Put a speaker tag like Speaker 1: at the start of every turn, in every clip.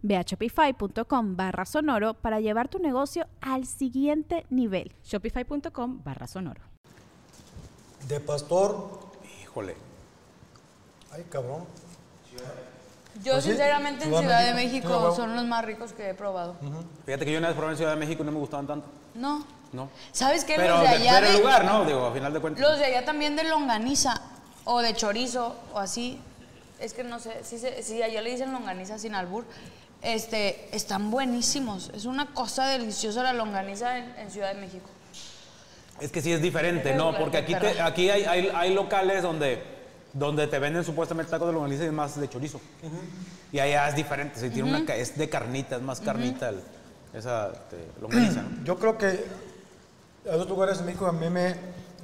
Speaker 1: Ve a shopify.com barra sonoro para llevar tu negocio al siguiente nivel.
Speaker 2: Shopify.com barra sonoro.
Speaker 3: De pastor, híjole. Ay, cabrón.
Speaker 4: Yo
Speaker 3: ¿Ah, sí?
Speaker 4: sinceramente en
Speaker 3: Ciudad de
Speaker 4: Ciudad de
Speaker 3: México.
Speaker 4: México
Speaker 3: Sí, bravo.
Speaker 4: son los más ricos que he probado.
Speaker 5: Fíjate que yo una vez probé en Ciudad de México y no me gustaban tanto.
Speaker 4: No.
Speaker 5: No.
Speaker 4: ¿Sabes qué?
Speaker 5: Pero,
Speaker 4: los de
Speaker 5: de-
Speaker 4: allá
Speaker 5: pero el
Speaker 4: de-
Speaker 5: lugar, ¿no? Digo, a final de cuentas.
Speaker 4: Los de allá también de longaniza o de chorizo o así. Es que no sé, si, se- si allá le dicen longaniza sin albur, este, están buenísimos. Es una cosa deliciosa la longaniza en, en Ciudad de México.
Speaker 5: Es que sí es diferente, ¿no? Porque aquí, te-
Speaker 4: Perdón.
Speaker 5: aquí hay, hay- hay locales donde, donde te venden supuestamente tacos de longaniza y es más de chorizo. Y allá es diferente, sí, tiene una ca- es de carnita, es más carnita el- esa este, longaniza, ¿no?
Speaker 3: Yo creo que hay dos lugares en México que a mí me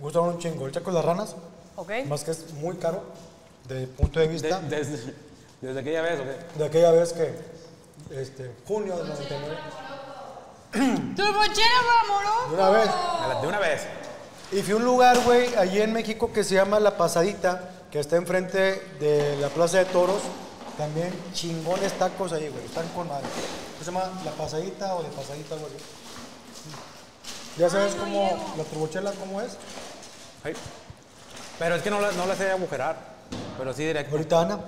Speaker 3: gustaron un chingo. El Chaco de las Ranas,
Speaker 4: ¿Ok?
Speaker 3: más que es muy caro, desde el punto de vista
Speaker 5: De-
Speaker 3: de,
Speaker 5: desde, desde aquella vez, ¿o qué?
Speaker 3: aquella vez que, este, junio del 99,
Speaker 4: ¡Turbochera, amoroso!
Speaker 3: de una vez.
Speaker 5: A la- De una vez.
Speaker 3: Y fui a un lugar, güey, allí en México que se llama La Pasadita, que está enfrente de la Plaza de Toros. También chingones tacos ahí, güey. Están con madre. ¿Qué se llama La Pasadita o de Pasadita, güey? Ya sabes cómo la turbochela, cómo es.
Speaker 5: Ay. Pero es que no la, no la sé agujerar, pero sí directo.
Speaker 3: Ahorita, Ana,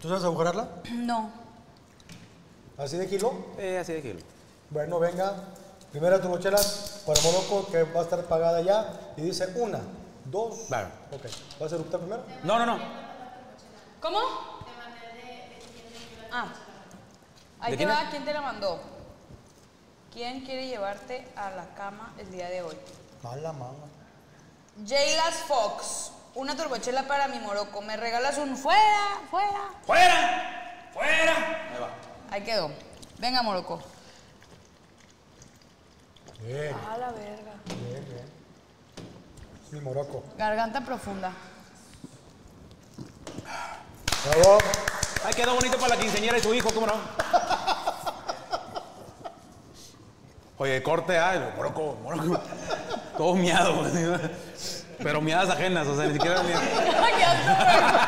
Speaker 3: ¿tú sabes agujarla?
Speaker 4: No.
Speaker 3: Así de kilo.
Speaker 5: Eh, así de kilo.
Speaker 3: Bueno, venga. Primera turbochela para Morocco que va a estar pagada ya. Y dice una, dos.
Speaker 5: Claro.
Speaker 3: Ok. ¿Vas a eructar primero?
Speaker 5: No, no, no.
Speaker 4: ¿Cómo? Ah. Ahí
Speaker 5: ¿De
Speaker 4: te
Speaker 5: quién
Speaker 4: va,
Speaker 5: es?
Speaker 4: ¿quién te la mandó? ¿Quién quiere llevarte a la cama el día de hoy?
Speaker 3: Mala mamá.
Speaker 4: Jaylas Fox, una turbochela para mi moroco. ¿Me regalas un fuera, fuera?
Speaker 5: ¡Fuera! ¡Fuera! Ahí va.
Speaker 4: Ahí quedó. Venga, moroco.
Speaker 3: Bien,
Speaker 4: A la verga.
Speaker 3: bien, bien. Mi Morocco.
Speaker 4: Garganta profunda.
Speaker 3: Bravo.
Speaker 5: Ay, quedó bonito para la quinceñera y su hijo, ¿cómo no? Oye, corte, ay, moroco, moroco. Todo miado, así, pero miadas ajenas, o sea, ni siquiera. ni-
Speaker 4: Qué asco.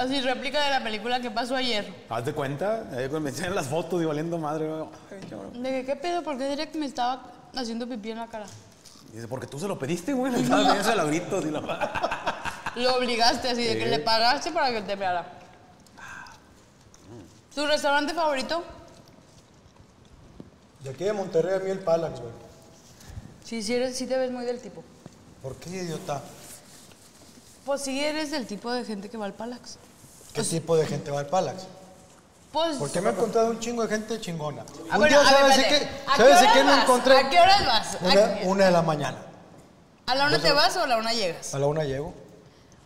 Speaker 4: Así, réplica de la película que pasó ayer.
Speaker 5: Haz de cuenta, ahí cuando me enseñan las fotos y valiendo madre. yo, ay, cabrón.
Speaker 4: De que, ¿qué pedo? ¿Por qué direct me estaba haciendo pipí en la cara?
Speaker 5: Dice, porque tú se lo pediste, güey. Le estabas pidiendo salabritos y la.
Speaker 4: Lo obligaste así, de que
Speaker 5: Sí.
Speaker 4: le pagaste para que te veara. ¿Tu restaurante favorito?
Speaker 3: De aquí de Monterrey a mí el Palax, güey.
Speaker 4: Sí, sí, eres, sí te ves muy del tipo.
Speaker 3: ¿Por qué, idiota?
Speaker 4: Pues sí eres del tipo de gente que va al Palax.
Speaker 3: ¿Qué tipo de gente va al Palax?
Speaker 4: Pues...
Speaker 3: Porque me he encontrado un chingo de gente chingona.
Speaker 4: Ah,
Speaker 3: un
Speaker 4: bueno,
Speaker 3: día,
Speaker 4: a ver,
Speaker 3: ¿sabes de
Speaker 4: espérate.
Speaker 3: qué?
Speaker 4: ¿A qué
Speaker 3: ¿Sabes de
Speaker 4: horas
Speaker 3: qué me
Speaker 4: vas?
Speaker 3: encontré?
Speaker 4: ¿A qué horas vas? ¿A
Speaker 3: Una,
Speaker 4: qué-
Speaker 3: una de la mañana.
Speaker 4: ¿A la una te vas o a la una llegas?
Speaker 3: A la una llego.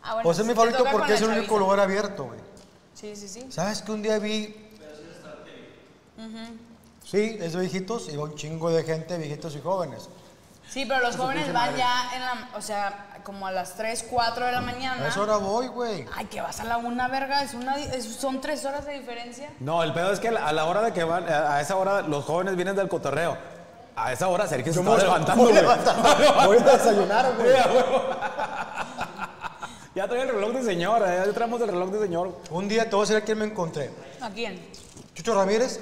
Speaker 4: Ah, bueno,
Speaker 3: Pues es mi
Speaker 4: te
Speaker 3: favorito
Speaker 4: toca con
Speaker 3: porque
Speaker 4: la
Speaker 3: es el único
Speaker 4: chaviza.
Speaker 3: lugar abierto, güey.
Speaker 4: Sí, sí, sí.
Speaker 3: ¿Sabes que un día vi? Sí, es de viejitos y va un chingo de gente, viejitos y jóvenes.
Speaker 4: Sí, pero los jóvenes van ya en la... O sea, como a las 3, 4 de la mañana.
Speaker 3: A esa hora voy, güey.
Speaker 4: Ay, que vas a la una, verga. Es una, es- son tres horas de diferencia.
Speaker 5: No, el pedo es que a la- a la hora de que van, a a esa hora los jóvenes vienen del cotorreo. A esa hora Sergio se
Speaker 3: Yo
Speaker 5: estaba levantando, güey.
Speaker 3: Voy a desayunar, güey.
Speaker 5: Ya, huevo. Ya trae el reloj de señora, ya traemos el reloj de señor.
Speaker 3: Un día te voy a decir a quién me encontré.
Speaker 4: ¿A quién?
Speaker 3: Chucho Ramírez,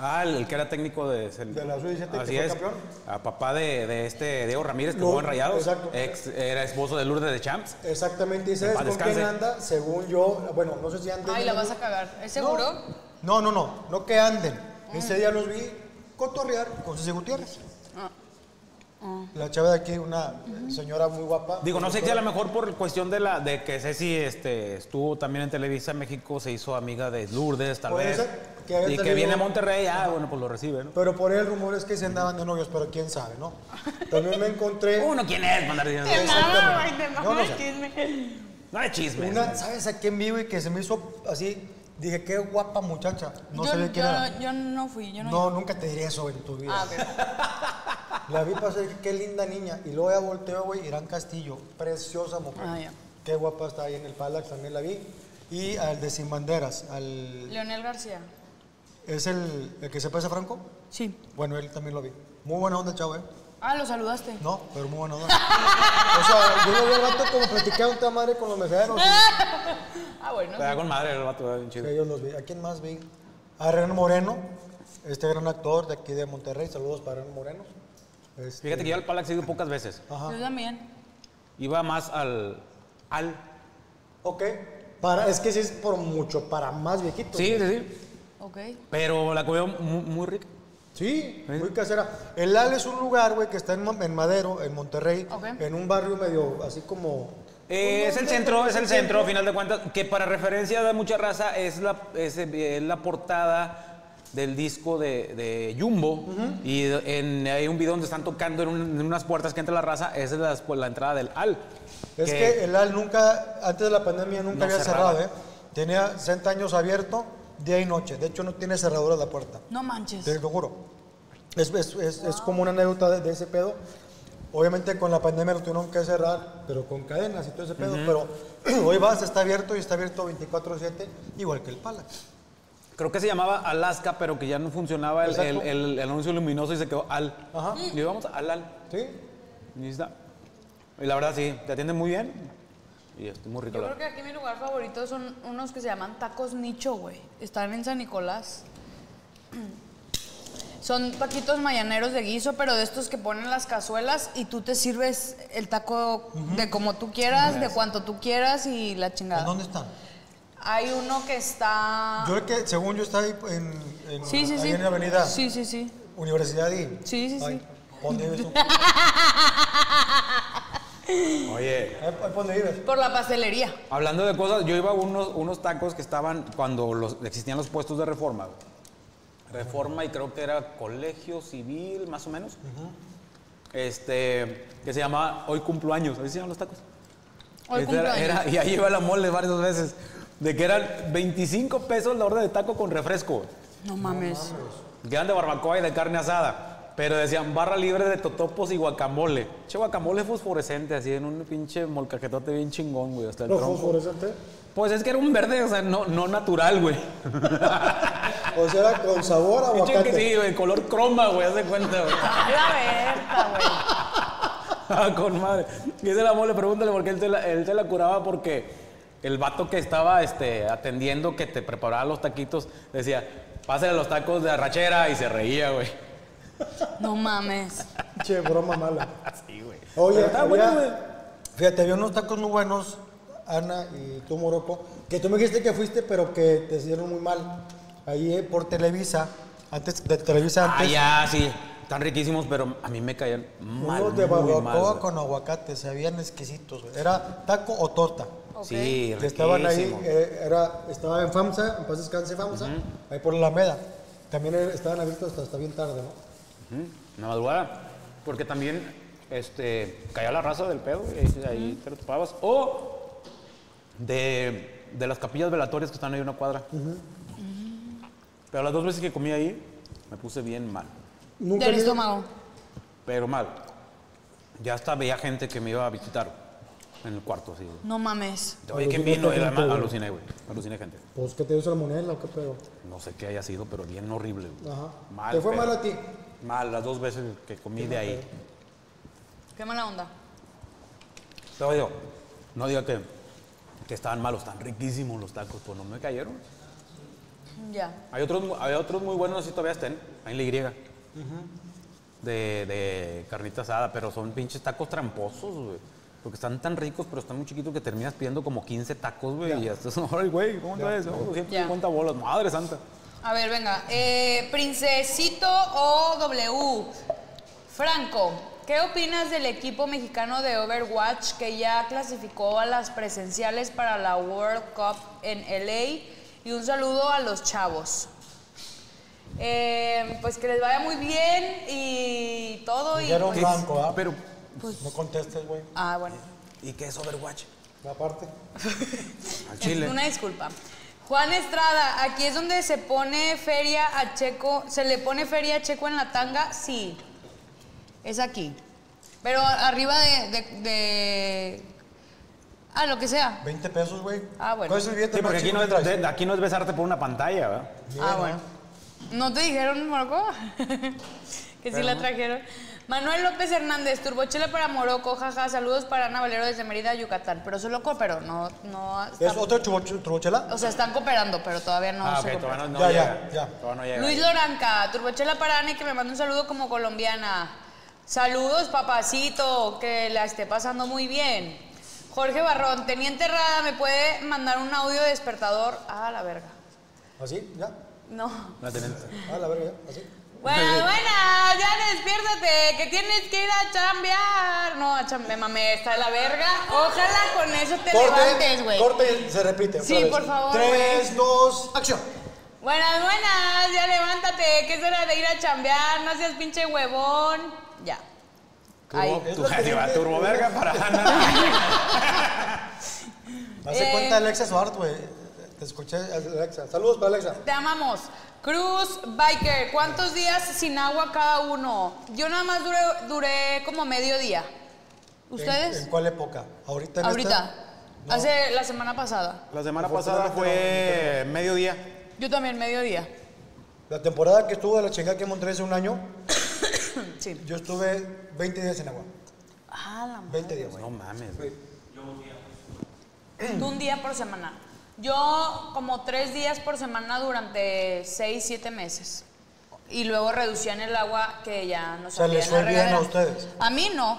Speaker 5: Ah, el, el que era técnico de, Cel-
Speaker 3: De la U17, que
Speaker 5: Así
Speaker 3: fue
Speaker 5: es.
Speaker 3: campeón.
Speaker 5: A papá de, de este Diego Ramírez, que
Speaker 3: Lo-
Speaker 5: jugó en Rayados.
Speaker 3: exacto.
Speaker 5: Ex- era esposo de Lourdes de Champs.
Speaker 3: exactamente. ¿Y sabes
Speaker 5: paz
Speaker 3: con quién
Speaker 5: descanse.
Speaker 3: anda? Según yo, bueno, no sé si anda.
Speaker 4: Ay, la vas a cagar. ¿Es seguro? Ah.
Speaker 3: No, no, no,
Speaker 4: Ah.
Speaker 3: no que anden. Ese día los vi cotorrear con César Gutiérrez. La chava de aquí, una señora muy guapa.
Speaker 5: Digo, no sé si a lo mejor por cuestión de la de que Ceci este, estuvo también en Televisa México, se hizo amiga de Lourdes, tal
Speaker 3: Puede
Speaker 5: vez.
Speaker 3: ser que haya
Speaker 5: y que
Speaker 3: salido-
Speaker 5: viene a Monterrey, ah, bueno, pues lo recibe, ¿no?
Speaker 3: Pero por ahí el rumor es que se andaban de novios, pero quién sabe, ¿no? También me encontré
Speaker 5: Uno, ¿quién es? Mandar diciendo,
Speaker 4: Te mama, güey, te
Speaker 3: No,
Speaker 4: mama
Speaker 3: no
Speaker 4: el
Speaker 3: sé.
Speaker 4: chisme.
Speaker 5: No hay chismes.
Speaker 3: una, ¿sabes a quién vi, güey? Que se me hizo así, dije, qué guapa muchacha. No
Speaker 4: yo,
Speaker 3: sabía quién
Speaker 4: yo-
Speaker 3: era.
Speaker 4: yo no fui, yo no.
Speaker 3: No, nunca te diré eso en tu vida.
Speaker 4: Ah, ok.
Speaker 3: La vi pasar y dije, qué linda niña. Y luego ya volteo, güey, Irán Castillo. Preciosa mujer.
Speaker 4: Ah, ya.
Speaker 3: Qué guapa está ahí en el Palax, también la vi. Y al de Sin Banderas, al...
Speaker 4: Leonel García.
Speaker 3: ¿Es el, el que se parece a Franco?
Speaker 4: Sí.
Speaker 3: Bueno, él también lo vi. Muy buena onda, chavo, ¿eh?
Speaker 4: Ah, lo saludaste.
Speaker 3: No, pero muy buena onda. o sea, yo lo vi al vato como platicaba un madre con los meseros. y-
Speaker 4: Ah, bueno.
Speaker 5: Te da con madre el vato, bien chido.
Speaker 3: que yo los vi. ¿A quién más vi? A Renan Moreno, este gran actor de aquí de Monterrey. Saludos para Renan Moreno. Este,
Speaker 5: Fíjate que yo al Palax he ido pocas veces.
Speaker 3: Ajá.
Speaker 4: Yo también.
Speaker 5: Iba más al. al.
Speaker 3: Ok. Para, es que sí es por mucho, para más viejitos.
Speaker 5: Sí, sí, sí.
Speaker 4: Ok.
Speaker 5: Pero la comida muy, muy rica.
Speaker 3: Sí, muy casera. El Al es un lugar, güey, que está en, Ma- en Madero, en Monterrey,
Speaker 4: Ok.
Speaker 3: en un barrio medio así como.
Speaker 5: Eh, es el centro, es el centro, a final de cuentas, que para referencia de mucha raza es la, es, eh, es la portada del disco de, de Jumbo. Y en- hay un video donde están tocando en, un- en unas puertas que entra la raza, esa es la, pues, la entrada del AL.
Speaker 3: Es que el Al nunca, antes de la pandemia, nunca
Speaker 5: No
Speaker 3: había
Speaker 5: cerraba.
Speaker 3: cerrado, ¿eh? Tenía 60 años abierto, día y noche. De hecho, no tiene cerradura la puerta.
Speaker 4: No manches.
Speaker 3: Te lo juro. Es, es- es- es como una anécdota de, de ese pedo. Obviamente con la pandemia lo tuvieron que cerrar, pero con cadenas y todo ese pedo. Pero hoy vas, está abierto y está abierto 24-7, igual que el Palax.
Speaker 5: Creo que se llamaba Alaska, pero que ya no funcionaba el,
Speaker 3: Exacto.
Speaker 5: el- el- el anuncio luminoso y se quedó AL.
Speaker 3: Ajá.
Speaker 5: Y íbamos al AL.
Speaker 3: ¿Sí?
Speaker 5: Y ahí está. Y la verdad, sí, te atienden muy bien. Y estoy muy rico.
Speaker 4: Yo
Speaker 5: la
Speaker 4: creo que aquí mi lugar favorito son unos que se llaman tacos nicho, güey. Están en San Nicolás. Son taquitos mañaneros de guiso, pero de estos que ponen las cazuelas y tú te sirves el taco de como tú quieras, de cuanto tú quieras y la
Speaker 3: ¿En
Speaker 4: chingada.
Speaker 3: dónde están?
Speaker 4: Hay uno que está...
Speaker 3: Yo el que, según yo, está ahí en, en-
Speaker 4: sí, sí,
Speaker 3: ahí
Speaker 4: sí.
Speaker 3: en la avenida
Speaker 4: Sí, sí, sí.
Speaker 3: Universidad y...
Speaker 4: Sí, sí, sí.
Speaker 3: Ay, ¿Dónde vives tú?
Speaker 5: verdad. Oye.
Speaker 3: Ay, ay, ¿Dónde vives?
Speaker 4: Por la pastelería.
Speaker 5: Hablando de cosas, yo iba a unos, unos tacos que estaban cuando los, existían los puestos de reforma. güey. Reforma y creo que era colegio civil, más o menos. Este, que se llamaba Hoy cumplo años. ¿Así se llaman los tacos?
Speaker 4: Hoy
Speaker 5: Este era-
Speaker 4: cumpleaños.
Speaker 5: era- y ahí iba la mole varias veces. De que eran 25 pesos la orden de taco con refresco.
Speaker 4: No mames.
Speaker 5: Que eran de barbacoa y de carne asada. Pero decían barra libre de totopos y guacamole. Che, guacamole fosforescente, así en un pinche molcajetote bien chingón, güey. Hasta el
Speaker 3: ¿Los
Speaker 5: tronco.
Speaker 3: fosforescentes?
Speaker 5: Pues es que era un verde, o sea, no, no natural, güey.
Speaker 3: O sea, era con sabor a
Speaker 5: Pinche que
Speaker 3: aguacate.
Speaker 5: sí, güey, color croma, güey, haz de cuenta, güey.
Speaker 4: Ay, la Berta, güey.
Speaker 5: Ah, con madre. Y ese la mole, pregúntale porque él te, la, él te la curaba porque el vato que estaba este, atendiendo, que te preparaba los taquitos, decía, pásale los tacos de arrachera y se reía, güey.
Speaker 4: No mames.
Speaker 3: Che, broma mala.
Speaker 5: Sí, güey.
Speaker 3: Oye,
Speaker 5: Pero estaba bueno,
Speaker 3: había-
Speaker 5: güey.
Speaker 3: fíjate, había unos tacos muy buenos, Ana y tú, Morocco, que tú me dijiste que fuiste, pero que te hicieron muy mal. Ahí eh, por Televisa, antes de Televisa
Speaker 5: Ah,
Speaker 3: antes,
Speaker 5: ya, sí. Están riquísimos, pero a mí me caían mal,
Speaker 3: unos de
Speaker 5: muy mal,
Speaker 3: barbacoa
Speaker 5: güey.
Speaker 3: con aguacate, se veían exquisitos. güey. Era taco o torta.
Speaker 5: Sí,
Speaker 3: Que estaban ahí,
Speaker 5: riquísimo.
Speaker 3: eh, era, estaba en FAMSA, en paz descanse FAMSA, ahí por la Alameda. También eh, estaban abiertos hasta, hasta bien tarde, ¿no?
Speaker 5: Ujú, En la madrugada. Porque también este, caía la raza del pedo y ahí, ahí te lo topabas. O de, de las capillas velatorias que están ahí en una cuadra. Pero las dos veces que comí ahí, me puse bien mal.
Speaker 3: Nunca
Speaker 4: Del
Speaker 3: había-
Speaker 4: estómago.
Speaker 5: Pero mal. Ya hasta veía gente que me iba a visitar en el cuarto. Así.
Speaker 4: No mames.
Speaker 5: Oye, ¿quién
Speaker 3: Alucinaste
Speaker 5: vino? Y
Speaker 3: gente,
Speaker 5: además,
Speaker 3: güey.
Speaker 5: aluciné, güey. Aluciné gente.
Speaker 3: Pues que te dio salmonela o qué pedo.
Speaker 5: No sé qué haya sido, pero bien horrible. güey.
Speaker 3: Ajá.
Speaker 5: Mal.
Speaker 3: ¿Te fue
Speaker 5: pedo.
Speaker 3: mal a ti?
Speaker 5: Mal, las dos veces que comí de ahí.
Speaker 4: Qué mala onda.
Speaker 5: Pero digo, no diga que, que estaban malos, están riquísimos los tacos, pues no me cayeron.
Speaker 4: Ya.
Speaker 5: Hay otros, mu- hay otros muy buenos, no sé si todavía estén, ahí en la Y. de, de carnita asada, pero son pinches tacos tramposos, güey. Porque están tan ricos, pero están muy chiquitos que terminas pidiendo como 15 tacos, güey. Y hasta son, ay, güey, ¿cómo te ves? No, 250 bolas, madre santa.
Speaker 4: A ver, venga. Eh, ¿Princesito o W? Franco, ¿Qué opinas del equipo mexicano de Overwatch que ya clasificó a las presenciales para la World Cup en LA? Y un saludo a los chavos. Eh, pues que les vaya muy bien y todo. Y
Speaker 3: Dijeron
Speaker 4: pues-
Speaker 3: blanco, ¿ah?
Speaker 5: Pero,
Speaker 3: No contestes, güey.
Speaker 4: ah, bueno.
Speaker 5: ¿y qué es Overwatch?
Speaker 3: Aparte.
Speaker 5: Al chile.
Speaker 4: Una disculpa. Juan Estrada, aquí es donde se pone feria a Checo. ¿Se le pone feria a Checo en la tanga? Sí. Es aquí. Pero a- arriba de. de, de- Ah, lo que sea.
Speaker 3: 20 pesos, güey.
Speaker 4: Ah, bueno.
Speaker 3: ¿Cuál es el billete
Speaker 5: Sí, porque
Speaker 3: más
Speaker 5: aquí
Speaker 3: chico
Speaker 5: no,
Speaker 3: que traes?
Speaker 5: es, aquí no es besarte por una pantalla, ¿verdad?
Speaker 4: Ah, bueno. ¿No te dijeron, Morocco? que sí la trajeron. Manuel López Hernández, turbochela para Morocco, jaja. Saludos para Ana Valero desde Mérida, Yucatán. Pero solo pero no. no
Speaker 3: ¿Es otro chubo- trubochela?
Speaker 4: O sea, están cooperando, pero todavía no
Speaker 5: ah,
Speaker 4: se
Speaker 5: ok,
Speaker 4: cooperan.
Speaker 5: todavía no,
Speaker 3: Ya,
Speaker 5: no
Speaker 3: ya,
Speaker 5: llega.
Speaker 3: ya.
Speaker 5: Todavía no llega.
Speaker 4: Luis Loranca, Turbochela para Ana y que me manda un saludo como colombiana. Saludos, papacito, que la esté pasando muy bien. Jorge Barrón, Teniente Rada, ¿me puede mandar un audio de despertador? Ah, la verga.
Speaker 3: ¿Así? ¿Ya?
Speaker 4: No.
Speaker 5: La tenemos.
Speaker 3: Ah, la verga, ya. ¿Así?
Speaker 4: Buenas, buenas, ya despiértate, que tienes que ir a chambear. No, a chambear, mame, está de la verga. Ojalá con eso te levantes, güey.
Speaker 3: corte y se repite.
Speaker 4: Sí,
Speaker 3: otra vez.
Speaker 4: por favor,
Speaker 3: Tres, dos, acción.
Speaker 4: Buenas, buenas, ya levántate, que es hora de ir a chambear, no seas pinche huevón. Ya. Ahí.
Speaker 5: Turbo, tu, se va turbo verga para Ana.
Speaker 3: Hace
Speaker 4: Eh.
Speaker 3: cuenta Alexa Suárez, güey. Te escuché, Alexa. Saludos para Alexa.
Speaker 4: Te amamos. Cruz Biker, ¿cuántos días sin agua cada uno? Yo nada más duré, duré como medio día.
Speaker 3: ¿En, en
Speaker 4: ¿Ustedes?
Speaker 3: cuál época? ¿Ahorita? En
Speaker 4: Ahorita.
Speaker 3: No.
Speaker 4: Hace la semana pasada.
Speaker 5: La semana pasada fue mediodía.
Speaker 4: Yo también medio día.
Speaker 3: Esta? La temporada que estuvo de la chingada que monté hace un año,
Speaker 4: Sí.
Speaker 3: yo estuve 20 días sin agua.
Speaker 4: Ah, la madre.
Speaker 3: 20 días, güey.
Speaker 5: Pues No mames. güey.
Speaker 4: Tú un día por semana. Yo como tres días por semana durante seis, siete meses. Y luego reducían el agua que ya no
Speaker 3: sea,
Speaker 4: salía
Speaker 3: ¿les
Speaker 4: en la
Speaker 3: fue bien a
Speaker 4: regadera.
Speaker 3: ustedes?
Speaker 4: A mí no.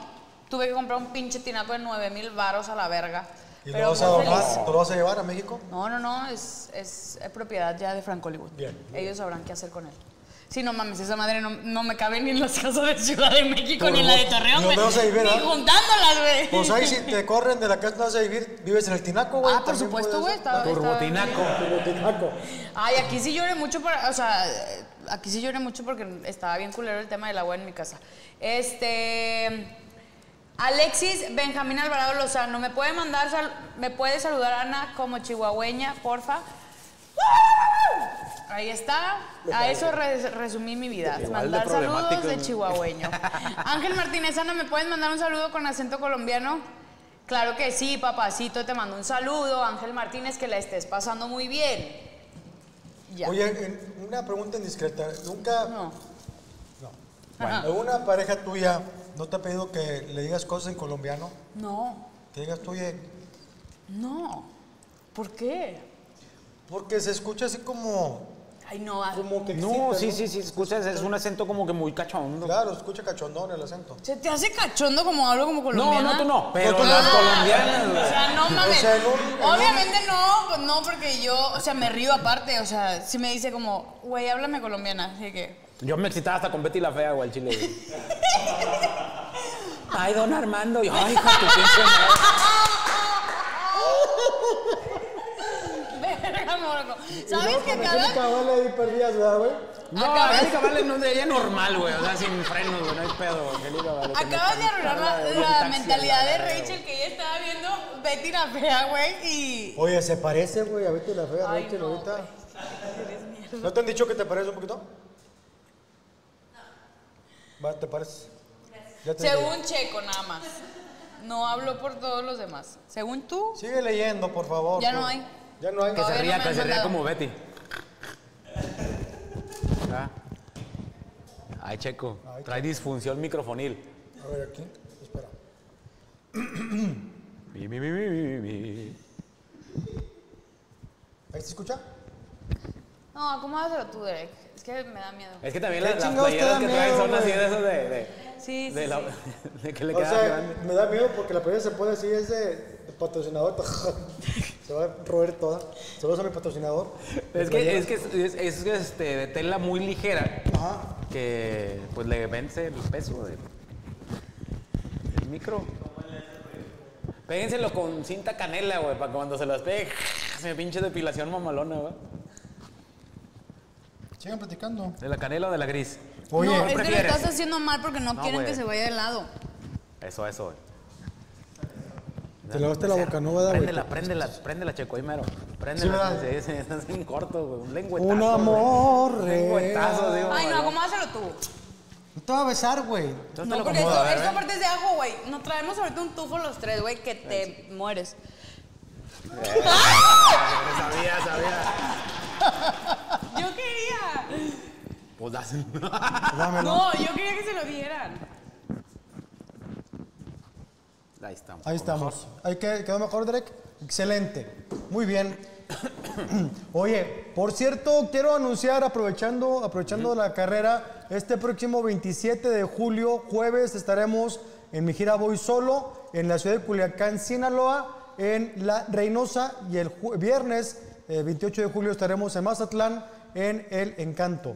Speaker 4: Tuve que comprar un pinche tinaco de 9 mil varos a la verga.
Speaker 3: ¿Y
Speaker 4: Pero
Speaker 3: lo vas, a
Speaker 4: muy
Speaker 3: donar?
Speaker 4: feliz.
Speaker 3: ¿Tú lo vas a llevar a México?
Speaker 4: No, no, no, es, es propiedad ya de Frank Hollywood.
Speaker 3: Bien, muy
Speaker 4: Ellos sabrán qué hacer con él. Sí, no mames, esa madre no, no me cabe ni en las casas de Ciudad de México ni en la de Torreón,
Speaker 3: Nos
Speaker 4: güey.
Speaker 3: vamos a vivir,
Speaker 4: Ni
Speaker 3: ¿ah?
Speaker 4: juntándolas, güey.
Speaker 3: Pues ahí si te corren de la casa no vas a vivir, vives en el tinaco, güey.
Speaker 4: Ah, por
Speaker 3: También pues,
Speaker 4: supuesto,
Speaker 3: puedes-
Speaker 4: güey. está- está-
Speaker 5: Turbotinaco.
Speaker 4: Ay, aquí sí lloré mucho, por- o sea, eh, aquí sí lloré mucho porque estaba bien culero el tema del agua en mi casa. Este, Alexis Benjamín Alvarado Lozano, ¿me puede mandar, sal- me puede saludar Ana como chihuahueña, porfa? Ahí está. A eso res- resumí mi vida.
Speaker 5: Igual de
Speaker 4: Mandar saludos
Speaker 5: problemático,
Speaker 4: de
Speaker 5: ¿no?
Speaker 4: chihuahueño. Ángel Martínez, Ana, ¿me puedes mandar un saludo con acento colombiano? Claro que sí, papacito, te mando un saludo. Ángel Martínez, que la estés pasando muy bien. Ya.
Speaker 3: Oye, en- una pregunta indiscreta. Nunca...
Speaker 4: No. Ah.
Speaker 3: No.
Speaker 4: Ajá.
Speaker 3: ¿Alguna pareja tuya no te ha pedido que le digas cosas en colombiano?
Speaker 4: No,
Speaker 3: Que digas, oye,
Speaker 4: no. ¿Por qué?
Speaker 3: porque se escucha así como...
Speaker 4: Ay, no. ah,
Speaker 3: como que
Speaker 5: No,
Speaker 3: excita,
Speaker 5: sí, sí, sí. Escuchas, es un acento como que muy cachondo.
Speaker 3: Claro, se escucha cachondón el acento.
Speaker 4: ¿Se te hace cachondo como hablo como
Speaker 5: No,
Speaker 4: colombiana?
Speaker 5: no, tú no.
Speaker 3: No,
Speaker 5: Pero
Speaker 3: tú no.
Speaker 5: las
Speaker 4: Ah,
Speaker 5: colombianas,
Speaker 4: O
Speaker 5: güey.
Speaker 4: sea, no mames.
Speaker 3: O sea, en un- en
Speaker 4: Obviamente no, pues no, porque yo, o sea, me río aparte. O sea, si me dice como, güey, háblame colombiana. Así que,
Speaker 5: Yo me excitaba hasta con Betty la Fea, güey, al chile. güey. Ay, don Armando. y- Ay, hija, tu pinche madre.
Speaker 4: verga, morro. ¿Sabes que
Speaker 3: cada...
Speaker 4: cada.
Speaker 3: cabal ahí perdías, ¿verdad, güey?
Speaker 5: No,
Speaker 4: Acabas-
Speaker 5: Angélica Vale no es de ella normal, güey. O sea, sin frenos, güey. No hay pedo, Angélica Vale. que no
Speaker 4: Acabas de
Speaker 5: está-
Speaker 4: arruinar
Speaker 5: Habla
Speaker 4: la,
Speaker 5: de un
Speaker 4: la
Speaker 5: taxi,
Speaker 4: mentalidad
Speaker 5: la
Speaker 4: de
Speaker 5: verga, güey.
Speaker 4: Rachel que ella estaba viendo Betty la fea, güey, y.
Speaker 3: Oye, se parece, güey, a Betty la fea,
Speaker 4: Ay,
Speaker 3: Rachel,
Speaker 4: no,
Speaker 3: ahorita. ¿No te han dicho que te parece un poquito? Va, ¿te parece? Ya te
Speaker 4: Según Checo, nada más. No hablo por todos los demás. Según tú,
Speaker 3: dije. Sigue leyendo, por favor.
Speaker 4: Ya no
Speaker 3: güey.
Speaker 4: hay.
Speaker 3: Ya no hay.
Speaker 5: Que se
Speaker 4: Todavía no
Speaker 5: ría,
Speaker 4: me
Speaker 5: que
Speaker 4: han
Speaker 5: se ría
Speaker 4: mandado.
Speaker 5: como Betty. Ah. Ay, Checo, trae disfunción microfonil.
Speaker 3: A ver, aquí. Espera.
Speaker 5: Mi, mi, mi, mi, mi, mi.
Speaker 3: ¿Ahí se escucha?
Speaker 4: no, acomódaselo tú, Derek. Es que me da miedo.
Speaker 5: Es que también
Speaker 3: ¿Qué
Speaker 5: las, las
Speaker 3: chingados te
Speaker 5: playeras
Speaker 3: da
Speaker 5: que traen
Speaker 3: miedo,
Speaker 5: son así
Speaker 3: güey?
Speaker 5: de esos de... de-
Speaker 4: Sí,
Speaker 5: de
Speaker 4: sí.
Speaker 5: la-
Speaker 4: sí.
Speaker 5: de que le
Speaker 3: O
Speaker 5: queda
Speaker 3: sea,
Speaker 5: grande.
Speaker 3: me da miedo porque la primera se puede decir es de, de patrocinador. se va a roer toda. Saludos a mi patrocinador.
Speaker 5: Es que es, que es, es- es, este, de tela muy ligera
Speaker 3: Ajá.
Speaker 5: que pues le vence el peso. de- micro. Péguenselo con cinta canela, güey, para que cuando se las pegue, se pinche depilación mamalona, güey.
Speaker 3: Sigan platicando.
Speaker 5: ¿De la canela o de la gris?
Speaker 3: Oye,
Speaker 4: no, es que lo
Speaker 5: prefieres?
Speaker 4: estás haciendo mal porque no,
Speaker 5: No,
Speaker 4: quieren
Speaker 5: güey.
Speaker 4: que se vaya de lado.
Speaker 5: Eso, eso, güey.
Speaker 3: Te lavaste la boca, ¿no, verdad, güey?
Speaker 5: Préndela, préndela, préndela, checo, ahí mero. Préndela.
Speaker 3: ¿verdad?
Speaker 5: Sí, sí, estás en corto, güey. Un lengüetazo.
Speaker 3: Un
Speaker 5: güey.
Speaker 3: amor
Speaker 5: Un
Speaker 3: real.
Speaker 5: lengüetazo, digo.
Speaker 4: Ay, no, acomódaselo tú.
Speaker 3: No te va a besar, güey.
Speaker 5: Entonces te
Speaker 4: No,
Speaker 5: lo
Speaker 4: porque
Speaker 5: acomodo, ¿eh?
Speaker 4: esto,
Speaker 5: a ver,
Speaker 4: esto
Speaker 5: ven.
Speaker 4: aparte es de ajo, güey. Nos traemos ahorita un tufo los tres, güey, que te mueres.
Speaker 5: Sabía, sabía.
Speaker 4: Yo quería.
Speaker 5: Pues dáselo.
Speaker 3: Dámelo.
Speaker 4: Ah, No, yo quería que se lo dieran.
Speaker 5: Ahí estamos.
Speaker 3: Ahí estamos. Ahí que- quedó mejor, Derek. Excelente. Muy bien. Oye, por cierto, quiero anunciar, aprovechando, aprovechando la carrera, este próximo 27 de julio, jueves, estaremos en mi gira Voy Solo, en la ciudad de Culiacán, Sinaloa, en La Reynosa, y el ju- viernes eh, 28 de julio estaremos en Mazatlán, en El Encanto.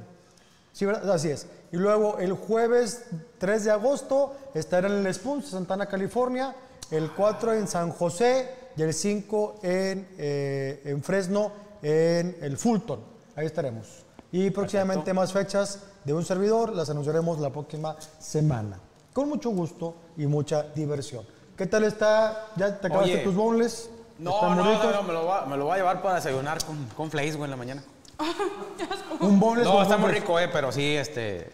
Speaker 3: Sí, ¿verdad? así es. Y luego el jueves 3 de agosto estaré en el Spoons, Santana, California, el 4 en San José y el 5 en, eh, en Fresno, en el Fulton. Ahí estaremos. Y próximamente más fechas de un servidor las anunciaremos la próxima semana. Con mucho gusto y mucha diversión. ¿Qué tal está? ¿Ya te acabaste
Speaker 5: Oye.
Speaker 3: tus bowls?
Speaker 5: No, no, no, no, me lo, va, me lo va a llevar para desayunar con, con Flays, güey, en la mañana.
Speaker 3: Un bowls
Speaker 5: No, está muy rico, eh, pero sí, este. eh,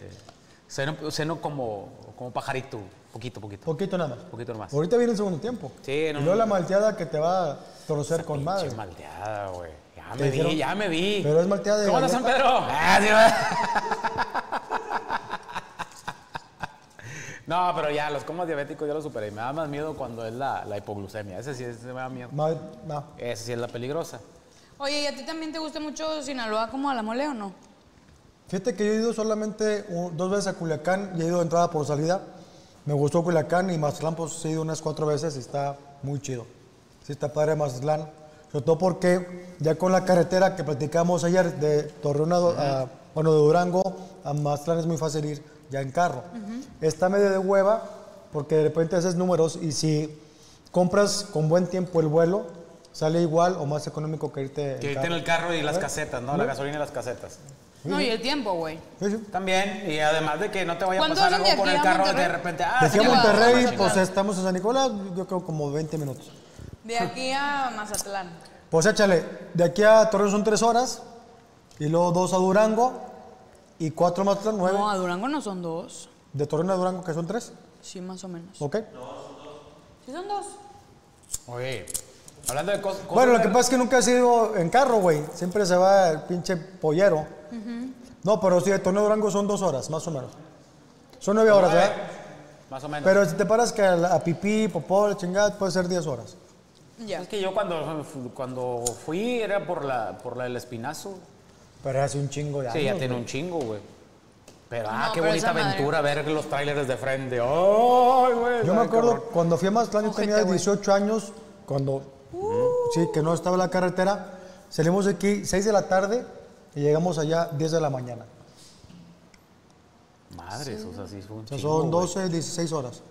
Speaker 5: Ceno, ceno como, como pajarito, poquito, poquito.
Speaker 3: Poquito nada más.
Speaker 5: Poquito nomás.
Speaker 3: Ahorita viene el segundo tiempo.
Speaker 5: Sí, no,
Speaker 3: Y luego
Speaker 5: no.
Speaker 3: la malteada que te va a torcer con
Speaker 5: Pinche
Speaker 3: madre.
Speaker 5: malteada, güey. Ya
Speaker 3: Te
Speaker 5: me
Speaker 3: dijeron-
Speaker 5: vi, ya me vi.
Speaker 3: Pero es malteada de
Speaker 5: ¿Cómo no,
Speaker 3: galleta.
Speaker 5: San Pedro? Ah, sí, va. No, pero ya, los comas diabéticos ya los superé. Y Me da más miedo cuando es la, la hipoglucemia. Ese sí, ese me da miedo.
Speaker 3: Ma- ma-
Speaker 5: Esa sí es la peligrosa.
Speaker 4: Oye, ¿y a ti también te gusta mucho Sinaloa como a la mole o no?
Speaker 3: Fíjate que yo he ido solamente un- dos veces a Culiacán y he ido de entrada por salida. Me gustó Culiacán y Mazatlán, pues he ido unas cuatro veces y está muy chido. Sí, está padre Mazatlán. Sobre todo porque ya con la carretera que platicamos ayer de Torreón a, Du- a- bueno, de Durango a Mazatlán es muy fácil ir ya en carro. Está medio de hueva porque de repente haces números y si compras con buen tiempo el vuelo, sale igual o más económico que irte
Speaker 5: Que irte en el carro y las casetas,
Speaker 3: ¿Mm?
Speaker 5: ¿no? La gasolina y las casetas.
Speaker 4: No, y el tiempo, güey.
Speaker 3: Sí, sí.
Speaker 5: También, y además de que no te vaya a
Speaker 4: ¿Cuántos
Speaker 5: pasar
Speaker 4: son de
Speaker 5: algo con
Speaker 4: aquí
Speaker 5: el
Speaker 4: a
Speaker 5: carro de
Speaker 4: Monterrey?
Speaker 5: repente. Ah,
Speaker 3: De
Speaker 5: sí,
Speaker 3: aquí a
Speaker 5: va,
Speaker 3: Monterrey,
Speaker 5: la
Speaker 3: pues
Speaker 5: chingada.
Speaker 3: estamos en San Nicolás, yo creo como 20 minutos.
Speaker 4: De aquí a Mazatlán.
Speaker 3: Pues échale, de aquí a Torreón son 3 horas, y luego 2 a Durango, y 4 más 3, 9.
Speaker 4: No, a Durango no son dos.
Speaker 3: De Torreón a Durango, que son 3,
Speaker 4: Sí, más o menos.
Speaker 3: ¿ok?
Speaker 4: Sí, son dos.
Speaker 5: Oye, hablando de cos- cosas.
Speaker 3: Bueno, lo que
Speaker 5: de-
Speaker 3: pasa es que nunca he sido en carro, güey. Siempre se va el pinche pollero. No, pero sí, de Torreón a Durango son 2 horas, más o menos. Son 9 horas,
Speaker 5: Nueve,
Speaker 3: ¿verdad?
Speaker 5: Más o menos.
Speaker 3: Pero si te paras que a, la- a pipí, popó, la chingada, puede ser 10 horas.
Speaker 4: Ya.
Speaker 5: Es que yo cuando, cuando fui era por la, por la del espinazo.
Speaker 3: Pero hace un chingo de años.
Speaker 5: Sí, ya tiene
Speaker 3: güey.
Speaker 5: un chingo, güey. Pero, ah,
Speaker 4: No,
Speaker 5: qué
Speaker 4: pero
Speaker 5: bonita
Speaker 4: esa madre-
Speaker 5: aventura ver los trailers de frente. ¡Ay, güey!
Speaker 3: Yo me
Speaker 5: Ay,
Speaker 3: acuerdo
Speaker 5: cabrón.
Speaker 3: cuando fui a Mazatlán, yo
Speaker 4: Ojete,
Speaker 3: tenía
Speaker 4: güey.
Speaker 3: 18 años, cuando
Speaker 5: Uh.
Speaker 3: sí, que no estaba la carretera. Salimos de aquí 6 de la tarde y llegamos allá 10 de la mañana.
Speaker 5: Madres, o sea, sí, fue un
Speaker 3: O sea,
Speaker 5: chingo,
Speaker 3: son
Speaker 5: güey.
Speaker 3: 12, 16 horas.